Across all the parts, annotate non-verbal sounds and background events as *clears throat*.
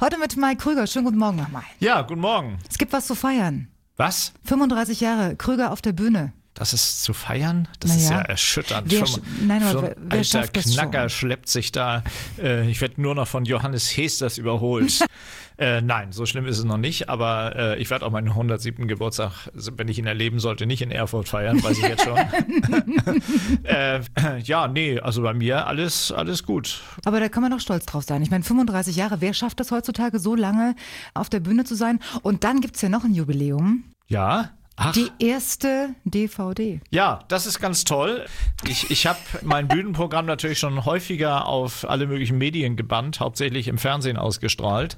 Heute mit Mike Krüger. Schönen guten Morgen nochmal. Ja, guten Morgen. Es gibt was zu feiern. Was? 35 Jahre Krüger auf der Bühne. Das ist zu feiern? Das ist ja Naja. erschütternd. Wer Schon sch- mal- nein, aber schon wer- ein wer alter schafft das Knacker schon? schleppt sich da. Äh, ich werde nur noch von Johannes *laughs* Hesters überholt. äh, nein, so schlimm ist es noch nicht, aber äh, ich werde auch meinen 107. Geburtstag, also wenn ich ihn erleben sollte, nicht in Erfurt feiern, weiß ich jetzt schon. *laughs* *laughs* äh, ja, nee, also bei mir alles, alles gut. Aber da kann man doch stolz drauf sein. Ich meine, 35 Jahre, wer schafft das heutzutage so lange auf der Bühne zu sein? Und dann gibt es ja noch ein Jubiläum. Ja? Ach, Die erste DVD. Ja, das ist ganz toll. Ich, ich habe mein Bühnenprogramm natürlich schon häufiger auf alle möglichen Medien gebannt, hauptsächlich im Fernsehen ausgestrahlt.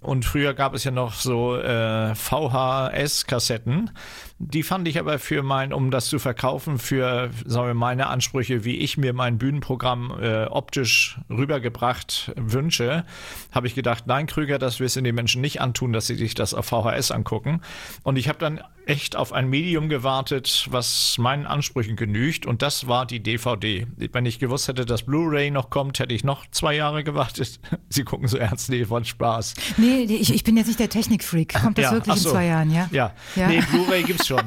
Und früher gab es ja noch so äh, VHS-Kassetten. Die fand ich aber für mein, um das zu verkaufen, für sagen wir, meine Ansprüche, wie ich mir mein Bühnenprogramm äh, optisch rübergebracht wünsche, habe ich gedacht, nein, Krüger, das wir es in den Menschen nicht antun, dass sie sich das auf VHS angucken. Und ich habe dann echt auf ein Medium gewartet, was meinen Ansprüchen genügt. Und das war die DVD. Wenn ich gewusst hätte, dass Blu-ray noch kommt, hätte ich noch zwei Jahre gewartet. *laughs* Sie gucken so ernst, nee, von Spaß. Nee, ich, ich bin jetzt nicht der Technikfreak. Kommt das Ja, wirklich ach so. in zwei Jahren, ja? Ja, Ja. nee, Blu-ray *laughs* gibt's schon.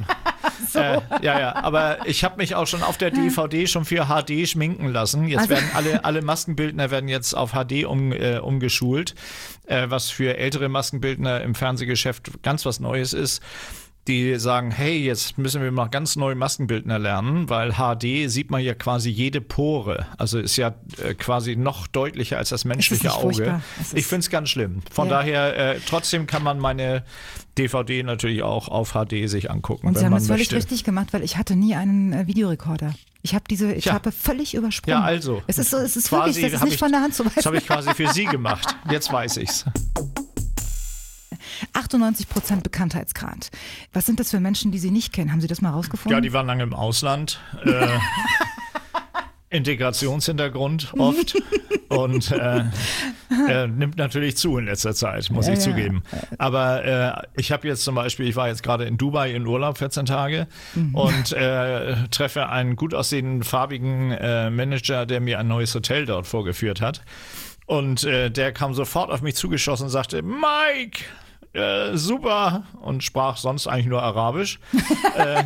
äh, ja, ja, aber ich habe mich auch schon auf der DVD schon für HD schminken lassen. Jetzt Also- werden alle, alle Maskenbildner werden jetzt auf HD um, äh, umgeschult, äh, was für ältere Maskenbildner im Fernsehgeschäft ganz was Neues ist. Die sagen, hey, jetzt müssen wir mal ganz neu Maskenbildner lernen, weil HD sieht man ja quasi jede Pore. Also ist ja äh, quasi noch deutlicher als das menschliche nicht Auge. furchtbar? Es Ich ist- finde es ganz schlimm. Von Ja. daher, äh, trotzdem kann man meine DVD natürlich auch auf HD sich angucken, Und wenn Sie haben man das völlig möchte. richtig gemacht, weil ich hatte nie einen äh, Videorekorder. Ich habe diese Etappe völlig übersprungen. Ja, also. Es ist so, es ist Quasi wirklich, das ist hab nicht ich- von der Hand zu Das weisen. habe ich quasi für Sie gemacht. Jetzt weiß ich's. 98 Prozent Bekanntheitsgrad. Was sind das für Menschen, die Sie nicht kennen? Haben Sie das mal rausgefunden? Ja, die waren lange im Ausland. *laughs* Äh, Integrationshintergrund oft. Und äh, äh, nimmt natürlich zu in letzter Zeit, muss Ja, ich ja. zugeben. Aber äh, ich habe jetzt zum Beispiel, ich war jetzt gerade in Dubai in Urlaub 14 Tage Mhm. und äh, treffe einen gut aussehenden, farbigen äh, Manager, der mir ein neues Hotel dort vorgeführt hat. Und äh, der kam sofort auf mich zugeschossen und sagte, Mike, äh, super, und sprach sonst eigentlich nur Arabisch. äh,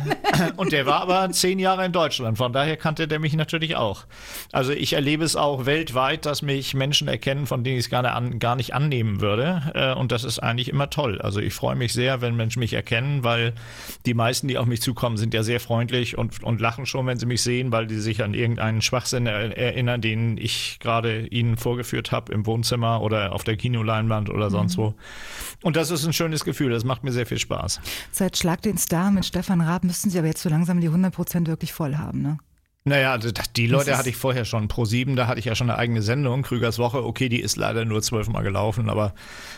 und der war aber zehn Jahre in Deutschland, von daher kannte der mich natürlich auch. Also ich erlebe es auch weltweit, dass mich Menschen erkennen, von denen ich es gar, nicht an, gar nicht annehmen würde. Äh, und das ist eigentlich immer toll. Also ich freue mich sehr, wenn Menschen mich erkennen, weil die meisten, die auf mich zukommen, sind ja sehr freundlich und, und lachen schon, wenn sie mich sehen, weil die sich an irgendeinen Schwachsinn er, erinnern, den ich gerade ihnen vorgeführt habe im Wohnzimmer oder auf der Kinoleinwand oder sonst wo. Und das ist ein schönes Gefühl, das macht mir sehr viel Spaß. Seit Schlag den Star mit Stefan Raab müssten Sie aber jetzt so langsam die 100 Prozent wirklich voll haben, ne? Naja, also das- die Leute ist- hatte ich vorher schon. Pro 7, da hatte ich ja schon eine eigene Sendung, Krügers Woche. Okay, die ist leider nur zwölfmal gelaufen, aber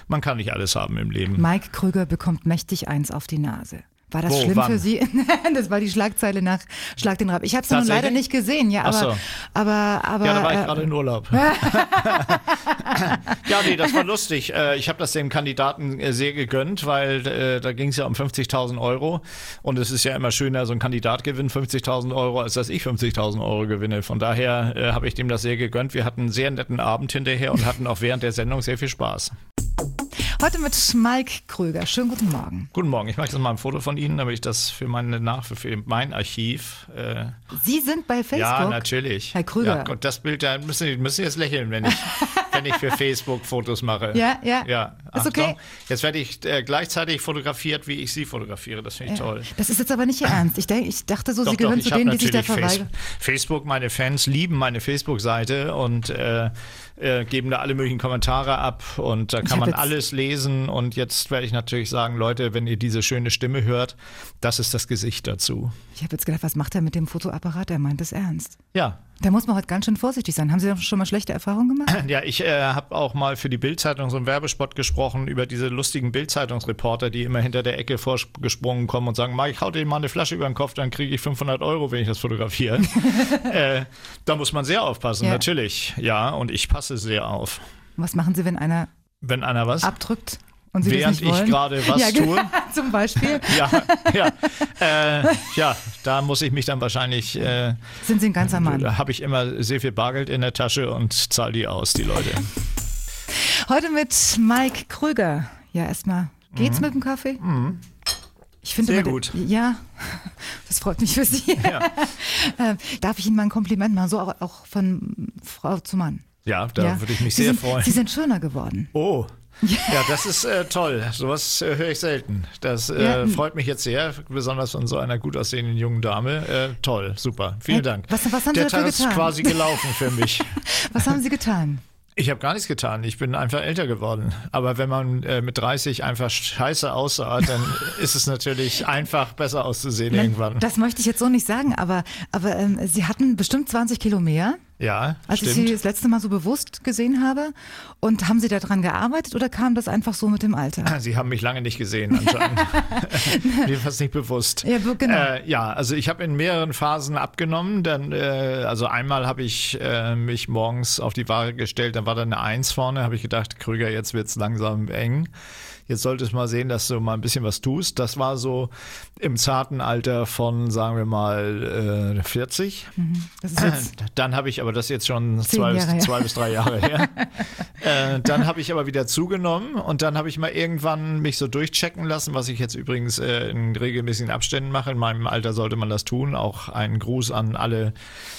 man kann nicht alles haben im Leben. Mike Krüger bekommt mächtig eins auf die Nase. War das Wo, schlimm wann? für Sie? *laughs* Nein, das war die Schlagzeile nach Schlag den Raab. Ich habe es nun leider Tatsächlich? nicht gesehen, ja, Ach aber, so. aber, aber Ja, da war ich äh, gerade *laughs* in Urlaub. ja, nee, das war lustig. Äh, Ich habe das dem Kandidaten äh, sehr gegönnt, weil äh, da ging es ja um 50.000 Euro. Und es ist ja immer schöner, so ein Kandidat gewinnt 50.000 Euro, als dass ich 50.000 Euro gewinne. Von daher äh, habe ich dem das sehr gegönnt. Wir hatten einen sehr netten Abend hinterher und hatten auch während der Sendung sehr viel Spaß. heute mit Mike Krüger. Schönen guten Morgen. Guten Morgen, ich mache jetzt mal ein Foto von Ihnen, damit ich das für meine Nach für mein Archiv. Äh, Sie sind bei Facebook. ja, natürlich. Herr Krüger. Ja, Gott, das Bild, da müssen Sie müssen Sie jetzt lächeln, wenn ich, *laughs* wenn ich für Facebook Fotos mache. Ja, ja. ja. Ist Achtung, okay. Jetzt werde ich äh, gleichzeitig fotografiert, wie ich Sie fotografiere. Das finde ich toll. Das ist jetzt aber nicht Ihr Ernst. Ich, denk, ich dachte so, Sie Doch, doch, gehören ich zu hab denen, die sich da natürlich verweigern. Face- Facebook, meine Fans lieben meine Facebook-Seite und äh, äh, geben da alle möglichen Kommentare ab und da hab kann man jetzt- alles lesen. Und jetzt werde ich natürlich sagen, Leute, wenn ihr diese schöne Stimme hört, das ist das Gesicht dazu. Ich habe jetzt gedacht, was macht er mit dem Fotoapparat? Er meint es ernst. Ja, Da muss man heute ganz schön vorsichtig sein. Haben Sie doch schon mal schlechte Erfahrungen gemacht? Ja, ich äh, habe auch mal für die Bild-Zeitung so einen Werbespot gesprochen über diese lustigen Bild-Zeitungsreporter, die immer hinter der Ecke vorgesprungen kommen und sagen, Mike, ich hau dir mal eine Flasche über den Kopf, dann kriege ich 500 Euro, wenn ich *laughs* das fotografiere. äh, da muss man sehr aufpassen, Ja. natürlich. Ja, und ich passe sehr auf. Was machen Sie, wenn einer Wenn einer was... abdrückt und Sie Während das nicht ich wollen? gerade was ja, genau, tue? *laughs* Zum Beispiel. Ja, *laughs* ja, äh, ja, da muss ich mich dann wahrscheinlich, äh, Sind Sie ein ganzer Mann. da habe ich immer sehr viel Bargeld in der Tasche und zahle die aus, die Leute. Heute mit Mike Krüger. Ja, erstmal. Geht's Mhm. mit dem Kaffee? Ich finde Sehr immer, gut. Ja, *laughs* das freut mich für Sie. *laughs* Ähm, Darf ich Ihnen mal ein Kompliment machen? So auch, auch von Frau zu Mann. Ja, da Ja. würde ich mich Sie sehr sind, freuen. Sie sind schöner geworden. Oh. Ja, das ist äh, toll. Sowas äh, höre ich selten. Das äh, Ja. hm. freut mich jetzt sehr, besonders von so einer gut aussehenden jungen Dame. Äh, toll, super. Vielen Äh, Dank. was- was haben Sie Der dafür Tag ist getan? *laughs* quasi gelaufen für mich. Was haben Sie getan? Ich habe gar nichts getan. Ich bin einfach älter geworden. Aber wenn man äh, mit 30 einfach scheiße *laughs* aussah, dann ist es natürlich einfach besser auszusehen *laughs* irgendwann. Das möchte ich jetzt so nicht sagen, aber, aber ähm, Sie hatten bestimmt 20 Kilo mehr, Ja, als ich Also Sie stimmt. das letzte Mal so bewusst gesehen habe. Und haben Sie daran gearbeitet oder kam das einfach so mit dem Alter? *clears throat* Sie haben mich lange nicht *laughs* gesehen anscheinend. Mir fast nicht bewusst. Ja, wo- genau. Äh, ja, also ich habe in mehreren Phasen abgenommen. Dann, äh, also einmal habe ich äh, mich morgens auf die Waage gestellt, dann war da eine Eins vorne, habe ich gedacht, Krüger, jetzt wird's langsam eng. Jetzt solltest du mal sehen, dass du mal ein bisschen was tust. Das war so im zarten Alter von, sagen wir mal, äh, 40. Das ist jetzt, *clears throat* Dann habe ich, aber das ist jetzt schon Zehn zwei, Jahre her. bis, zwei bis drei *laughs* Jahre her. äh, dann habe ich aber wieder zugenommen und dann habe ich mal irgendwann mich so durchchecken lassen, was ich jetzt übrigens äh, in regelmäßigen Abständen mache. In meinem Alter sollte man das tun. Auch einen Gruß an alle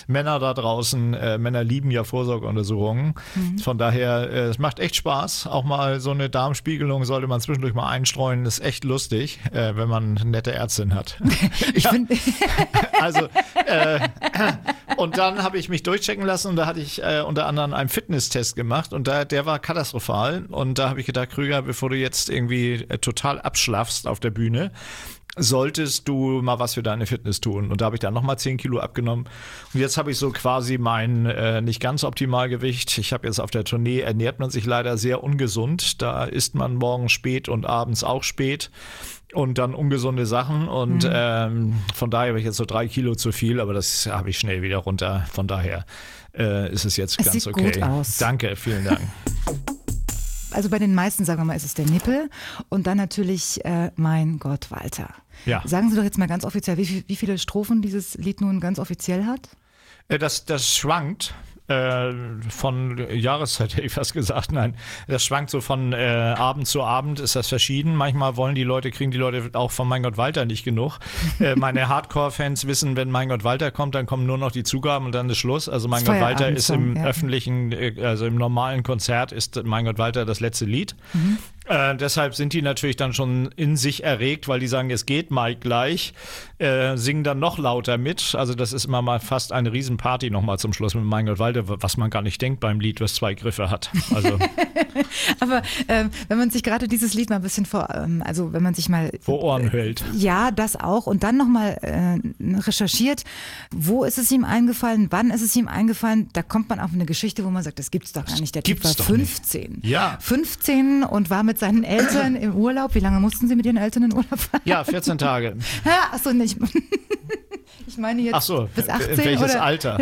Männer da draußen. Äh, Männer lieben ja Vorsorgeuntersuchungen. Mhm. Von daher, äh, es macht echt Spaß. Auch mal so eine Darmspiegelung sollte man zwischendurch mal einstreuen. Ist echt lustig, äh, wenn man eine nette Ärztin hat. ich finde, Also, äh, und dann habe ich mich durchchecken lassen und da hatte ich äh, unter anderem einen Fitnesstest gemacht und da, der war katastrophal. Und da habe ich gedacht, Krüger, bevor du jetzt irgendwie äh, total abschlaffst auf der Bühne, solltest du mal was für deine Fitness tun. Und da habe ich dann nochmal 10 Kilo abgenommen. Und jetzt habe ich so quasi mein äh, nicht ganz Optimalgewicht. Ich habe jetzt auf der Tournee ernährt man sich leider sehr ungesund. Da isst man morgens spät und abends auch spät und dann ungesunde Sachen. Und Mhm. ähm, von daher habe ich jetzt so drei Kilo zu viel, aber das habe ich schnell wieder runter. Von daher äh, ist es jetzt Es ganz sieht okay. gut aus. Danke, vielen Dank. *laughs* also bei den meisten, sagen wir mal, ist es der Nippel und dann natürlich äh, mein Gott Walter. Ja. Sagen Sie doch jetzt mal ganz offiziell, wie, viel, wie viele Strophen dieses Lied nun ganz offiziell hat? Äh, Das, das schwankt äh, von Jahreszeit, *laughs* hätte ich fast gesagt. Nein, das schwankt so von äh, Abend zu Abend, ist das verschieden. Manchmal wollen die Leute, kriegen die Leute auch von Mein Gott Walter *laughs* nicht genug. Äh, meine Hardcore-Fans wissen, wenn Mein Gott Walter kommt, dann kommen nur noch die Zugaben und dann ist Schluss. Also Mein Das Gott Walter ist im Feierabendsong, ja. öffentlichen, äh, also im normalen Konzert ist Mein Gott Walter das letzte Lied. Mhm. Äh, deshalb sind die natürlich dann schon in sich erregt, weil die sagen, es geht Mike gleich, äh, singen dann noch lauter mit. Also das ist immer mal fast eine Riesenparty nochmal zum Schluss mit Mein Gott Walter, was man gar nicht denkt beim Lied, was zwei Griffe hat. Also Aber ähm, wenn man sich gerade dieses Lied mal ein bisschen vor, ähm, also wenn man sich mal vor *laughs* Ohren hält. Ja, das auch. Und dann nochmal äh, recherchiert, wo ist es ihm eingefallen, wann ist es ihm eingefallen. Da kommt man auf eine Geschichte, wo man sagt, das gibt's doch gar nicht. Der Typ war Gibt's doch nicht. 15. Ja. 15 und war mit seinen Eltern im Urlaub. Wie lange mussten Sie mit Ihren Eltern in Urlaub fahren? *laughs* Ja, 14 Tage. Achso, nicht. *laughs* Ich meine jetzt Ach so, bis in 18 welches oder? Alter?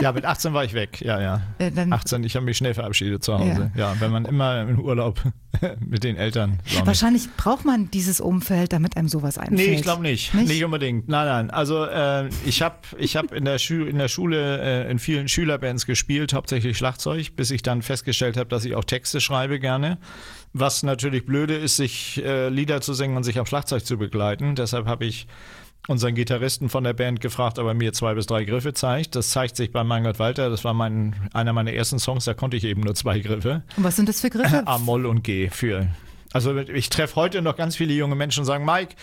Ja, mit 18 war ich weg. Ja, ja. Äh, dann- 18, ich habe mich schnell verabschiedet zu Hause. Ja, wenn man immer im Urlaub *laughs* mit den Eltern. ist auch nicht Wahrscheinlich braucht man dieses Umfeld, damit einem sowas einfällt. Nee, ich glaube nicht. Nicht? nicht. unbedingt. Nein, nein. Also äh, ich habe ich hab in, der Schu in der Schule äh, in vielen Schülerbands gespielt, hauptsächlich Schlagzeug, bis ich dann festgestellt habe, dass ich auch Texte schreibe gerne. Was natürlich blöde ist, sich äh, Lieder zu singen und sich am Schlagzeug zu begleiten. Deshalb habe ich unseren Gitarristen von der Band gefragt, ob er mir zwei bis drei Griffe zeigt. Das zeigt sich bei Mein Gott Walter. Das war mein, einer meiner ersten Songs, da konnte ich eben nur zwei Griffe. Und was sind das für Griffe? *laughs* A, Moll und G für. Also ich treffe heute noch ganz viele junge Menschen und sagen, Mike,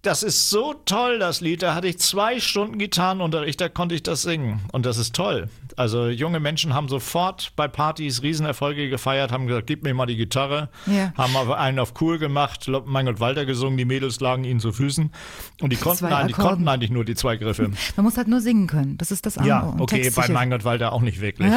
das ist so toll, das Lied. Da hatte ich zwei Stunden Gitarrenunterricht, da konnte ich das singen. Und das ist toll. Also junge Menschen haben sofort bei Partys Riesenerfolge gefeiert, haben gesagt, gib mir mal die Gitarre. Ja. Haben aber einen auf cool gemacht, Lo- mein Gott, Walter gesungen, die Mädels lagen ihnen zu Füßen. Und die konnten, Zwei nein, die Akkorden. konnten eigentlich nur die zwei Griffe. Man muss halt nur singen können. Das ist das andere. Ja, okay, bei meinem Mein Gott, Walter auch nicht wirklich.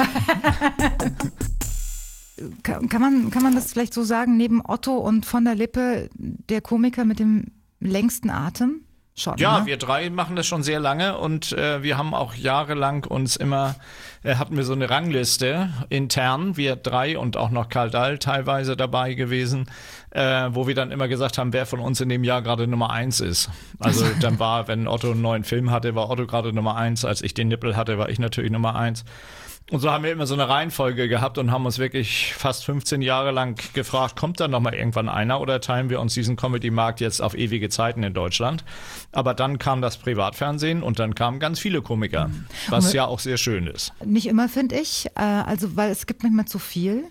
Kann, kann, man, kann man das vielleicht so sagen, neben Otto und von der Lippe, der Komiker mit dem längsten Atem? Schon. Ja, ne? wir drei machen das schon sehr lange und äh, wir haben auch jahrelang uns immer, äh, hatten wir so eine Rangliste intern, wir drei und auch noch Karl Dahl teilweise dabei gewesen, äh, wo wir dann immer gesagt haben, wer von uns in dem Jahr gerade Nummer eins ist. Also dann war, wenn Otto einen neuen Film hatte, war Otto gerade Nummer eins, als ich den Nippel hatte, war ich natürlich Nummer eins. Und so haben wir immer so eine Reihenfolge gehabt und haben uns wirklich fast 15 Jahre lang gefragt, kommt da nochmal irgendwann einer oder teilen wir uns diesen Comedy-Markt jetzt auf ewige Zeiten in Deutschland? Aber dann kam das Privatfernsehen und dann kamen ganz viele Komiker, was ja auch sehr schön ist. Nicht immer, finde ich. Äh, Also, weil es gibt manchmal zu viel.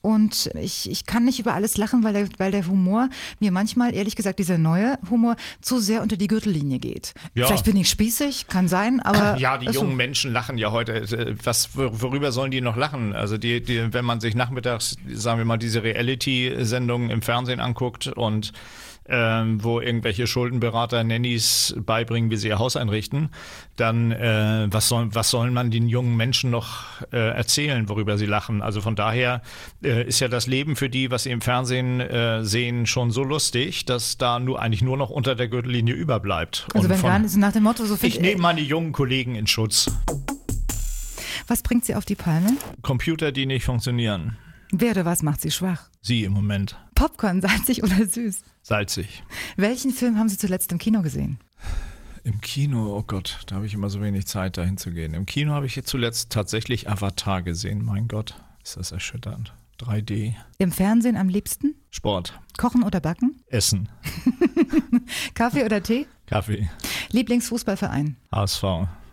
Und ich, ich kann nicht über alles lachen, weil der, weil der Humor mir manchmal, ehrlich gesagt, dieser neue Humor zu sehr unter die Gürtellinie geht. Ja. Vielleicht bin ich spießig, kann sein, aber. *laughs* Ja, die Also, jungen Menschen lachen ja heute. äh, Was, wor- worüber sollen die noch lachen? Also die, die, wenn man sich nachmittags, sagen wir mal, diese Reality-Sendungen im Fernsehen anguckt und ähm, wo irgendwelche Schuldenberater Nannies beibringen, wie sie ihr Haus einrichten, dann äh, was, soll, was soll man den jungen Menschen noch äh, erzählen, worüber sie lachen? Also von daher äh, ist ja das Leben für die, was sie im Fernsehen äh, sehen, schon so lustig, dass da nur eigentlich nur noch unter der Gürtellinie überbleibt. Also, Und wenn von- gar nicht, so nach dem Motto, so äh, ich viel. nehme meine jungen Kollegen in Schutz. Was bringt sie auf die Palme? Computer, die nicht funktionieren. Wer oder was macht sie schwach? Sie im Moment. Popcorn, *laughs* salzig oder süß? Salzig. Welchen Film haben Sie zuletzt im Kino gesehen? Im Kino, oh Gott, da habe ich immer so wenig Zeit, dahin zu gehen. Im Kino habe ich jetzt zuletzt tatsächlich Avatar gesehen. Mein Gott, ist das erschütternd. 3D. Im Fernsehen am liebsten? Sport. Kochen oder Backen? Essen. Kaffee oder Tee? Kaffee. Lieblingsfußballverein? HSV.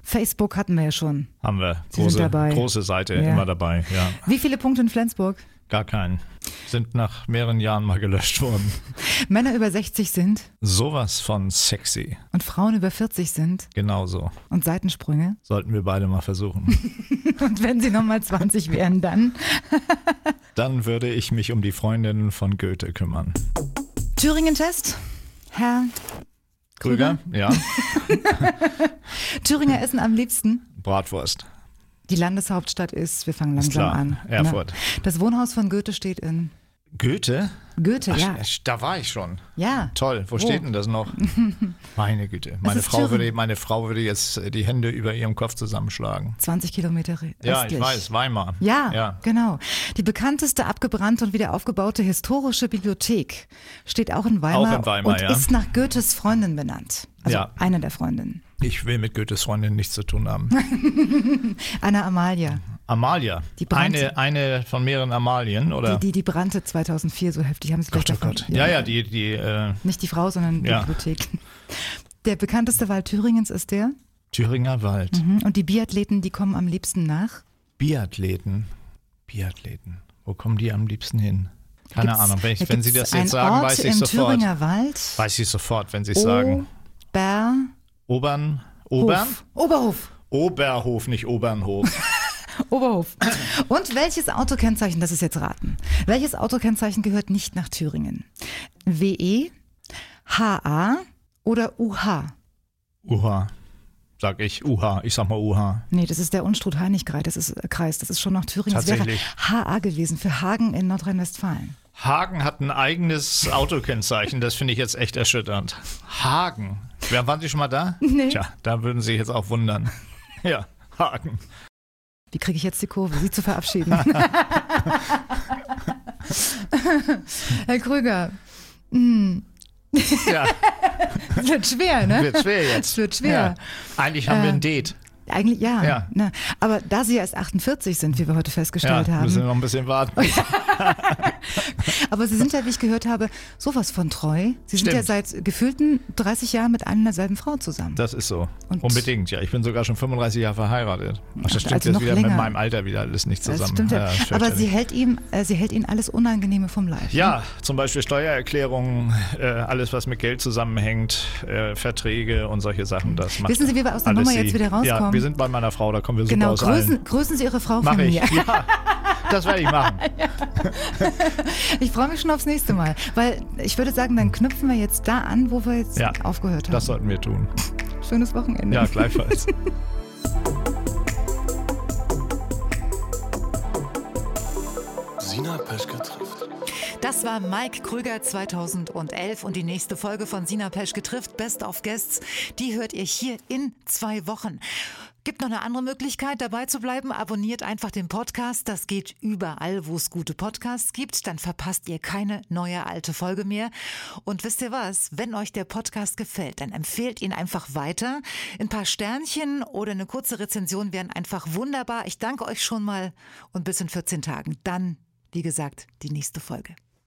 Facebook hatten wir ja schon. Haben wir. Sie sind dabei. große Seite, Ja. immer dabei. Ja, Wie viele Punkte in Flensburg? gar keinen. Sind nach mehreren Jahren mal gelöscht worden. Männer über 60 sind Sowas von sexy. und Frauen über 40 sind Genauso. und Seitensprünge. *laughs* Sollten wir beide mal versuchen. Und wenn sie nochmal 20 wären, dann. Dann würde ich mich um die Freundinnen von Goethe kümmern. Thüringen-Test? Herr. Krüger? *laughs* Ja. Thüringer essen am liebsten. Bratwurst. Die Landeshauptstadt ist, wir fangen langsam klar, an. Erfurt. Na, Das Wohnhaus von Goethe steht in Goethe? Goethe, Ach, ja. Da war ich schon. Ja. Toll, wo, steht denn das *laughs* noch? Meine Güte. Meine ist Frau, Thüringen. würde, meine Frau würde jetzt äh, die Hände über ihrem Kopf zusammenschlagen. 20 Kilometer östlich. Ja, ich weiß, Weimar. Ja, ja. genau. Die bekannteste abgebrannte und wieder aufgebaute historische Bibliothek steht auch in Weimar, Auch in Weimar, und ja. ist nach Goethes Freundin benannt. Also Ja. eine der Freundinnen. Ich will mit Goethes Freundin nichts zu *laughs* tun haben. Anna Amalia, Amalia. Die brannte- eine, eine von mehreren Amalien, oder? die, die, die brannte 2004 so heftig. Haben Sie vielleicht oh davon? Gott. Ja, ja, die, die äh, Nicht die Frau, sondern die Ja. Bibliothek. Der bekannteste Wald Thüringens ist der. Thüringer Wald. Mhm. Und die Biathleten, die kommen am liebsten nach. Biathleten. Biathleten. Wo kommen die am liebsten hin? Keine Gibt's- Ahnung. Wenn, ich, da wenn Sie gibt's das jetzt einen sagen, Ort weiß ich im sofort. Thüringer Wald. Weiß ich sofort, wenn Sie es sagen. Oberhof. Obern, Obern? Oberhof. Oberhof, nicht *laughs* Obernhof. Oberhof. Und welches Autokennzeichen, das ist jetzt raten, welches Autokennzeichen gehört nicht nach Thüringen? WE, HA oder UH? Uha. Sag ich, Uha. Ich sag mal Uha. Nee, das ist der Unstrut-Heinrich-Kreis, das ist äh, Kreis, das ist schon noch Thüringen. Das wäre Tatsächlich. HA gewesen für Hagen in Nordrhein-Westfalen. Hagen hat ein eigenes Autokennzeichen. Das finde ich jetzt echt erschütternd. Hagen. Wer waren Sie schon mal da? Nee. Tja, da würden Sie sich jetzt auch wundern. *laughs* Ja, Hagen. Wie kriege ich jetzt die Kurve, Sie zu *laughs* verabschieden? *laughs* Herr Krüger, Ja, es wird schwer, ne? wird schwer jetzt. Es wird schwer. Äh, Ja. Eigentlich haben wir ein Date. Eigentlich ja. Ja. Ne? Aber da Sie ja erst 48 sind, wie wir heute Ja, festgestellt haben, müssen wir noch ein bisschen warten. Aber Sie sind ja, wie ich gehört habe, sowas von treu. Sie sind Stimmt. ja seit gefühlten 30 Jahren mit einer und derselben Frau zusammen. Das ist so. Und- Unbedingt, ja. Ich bin sogar schon 35 Jahre verheiratet. Ach, das Also stimmt jetzt noch wieder mit länger. meinem Alter wieder alles nicht zusammen. Das stimmt ja. Aber fürchterlich. sie hält ihm, äh, sie hält ihnen alles Unangenehme vom Leib. Ja, zum Beispiel Steuererklärungen, äh, alles was mit Geld zusammenhängt, äh, Verträge und solche Sachen. Das macht Wissen Sie, wie wir aus der alles Nummer sie. jetzt wieder rauskommen? Ja, wir sind bei meiner Frau, da kommen wir genau, super aus grüßen, allen. grüßen Sie Ihre Frau Mach von ich, mir. ja. Das werde *laughs* ich machen. Ich freue mich schon aufs nächste Mal, weil ich würde sagen, dann knüpfen wir jetzt da an, wo wir jetzt Ja. aufgehört haben. Das sollten wir tun. Schönes Wochenende. Ja, gleichfalls. Sina Peschke trifft. Das war Mike Krüger 2011 und die nächste Folge von Sina Peschke trifft Best of Guests, die hört ihr hier in zwei Wochen. Gibt noch eine andere Möglichkeit, dabei zu bleiben. Abonniert einfach den Podcast. Das geht überall, wo es gute Podcasts gibt. Dann verpasst ihr keine neue alte Folge mehr. Und wisst ihr was? Wenn euch der Podcast gefällt, dann empfehlt ihn einfach weiter. Ein paar Sternchen oder eine kurze Rezension wären einfach wunderbar. Ich danke euch schon mal und bis in 14 Tagen. Dann, wie gesagt, die nächste Folge.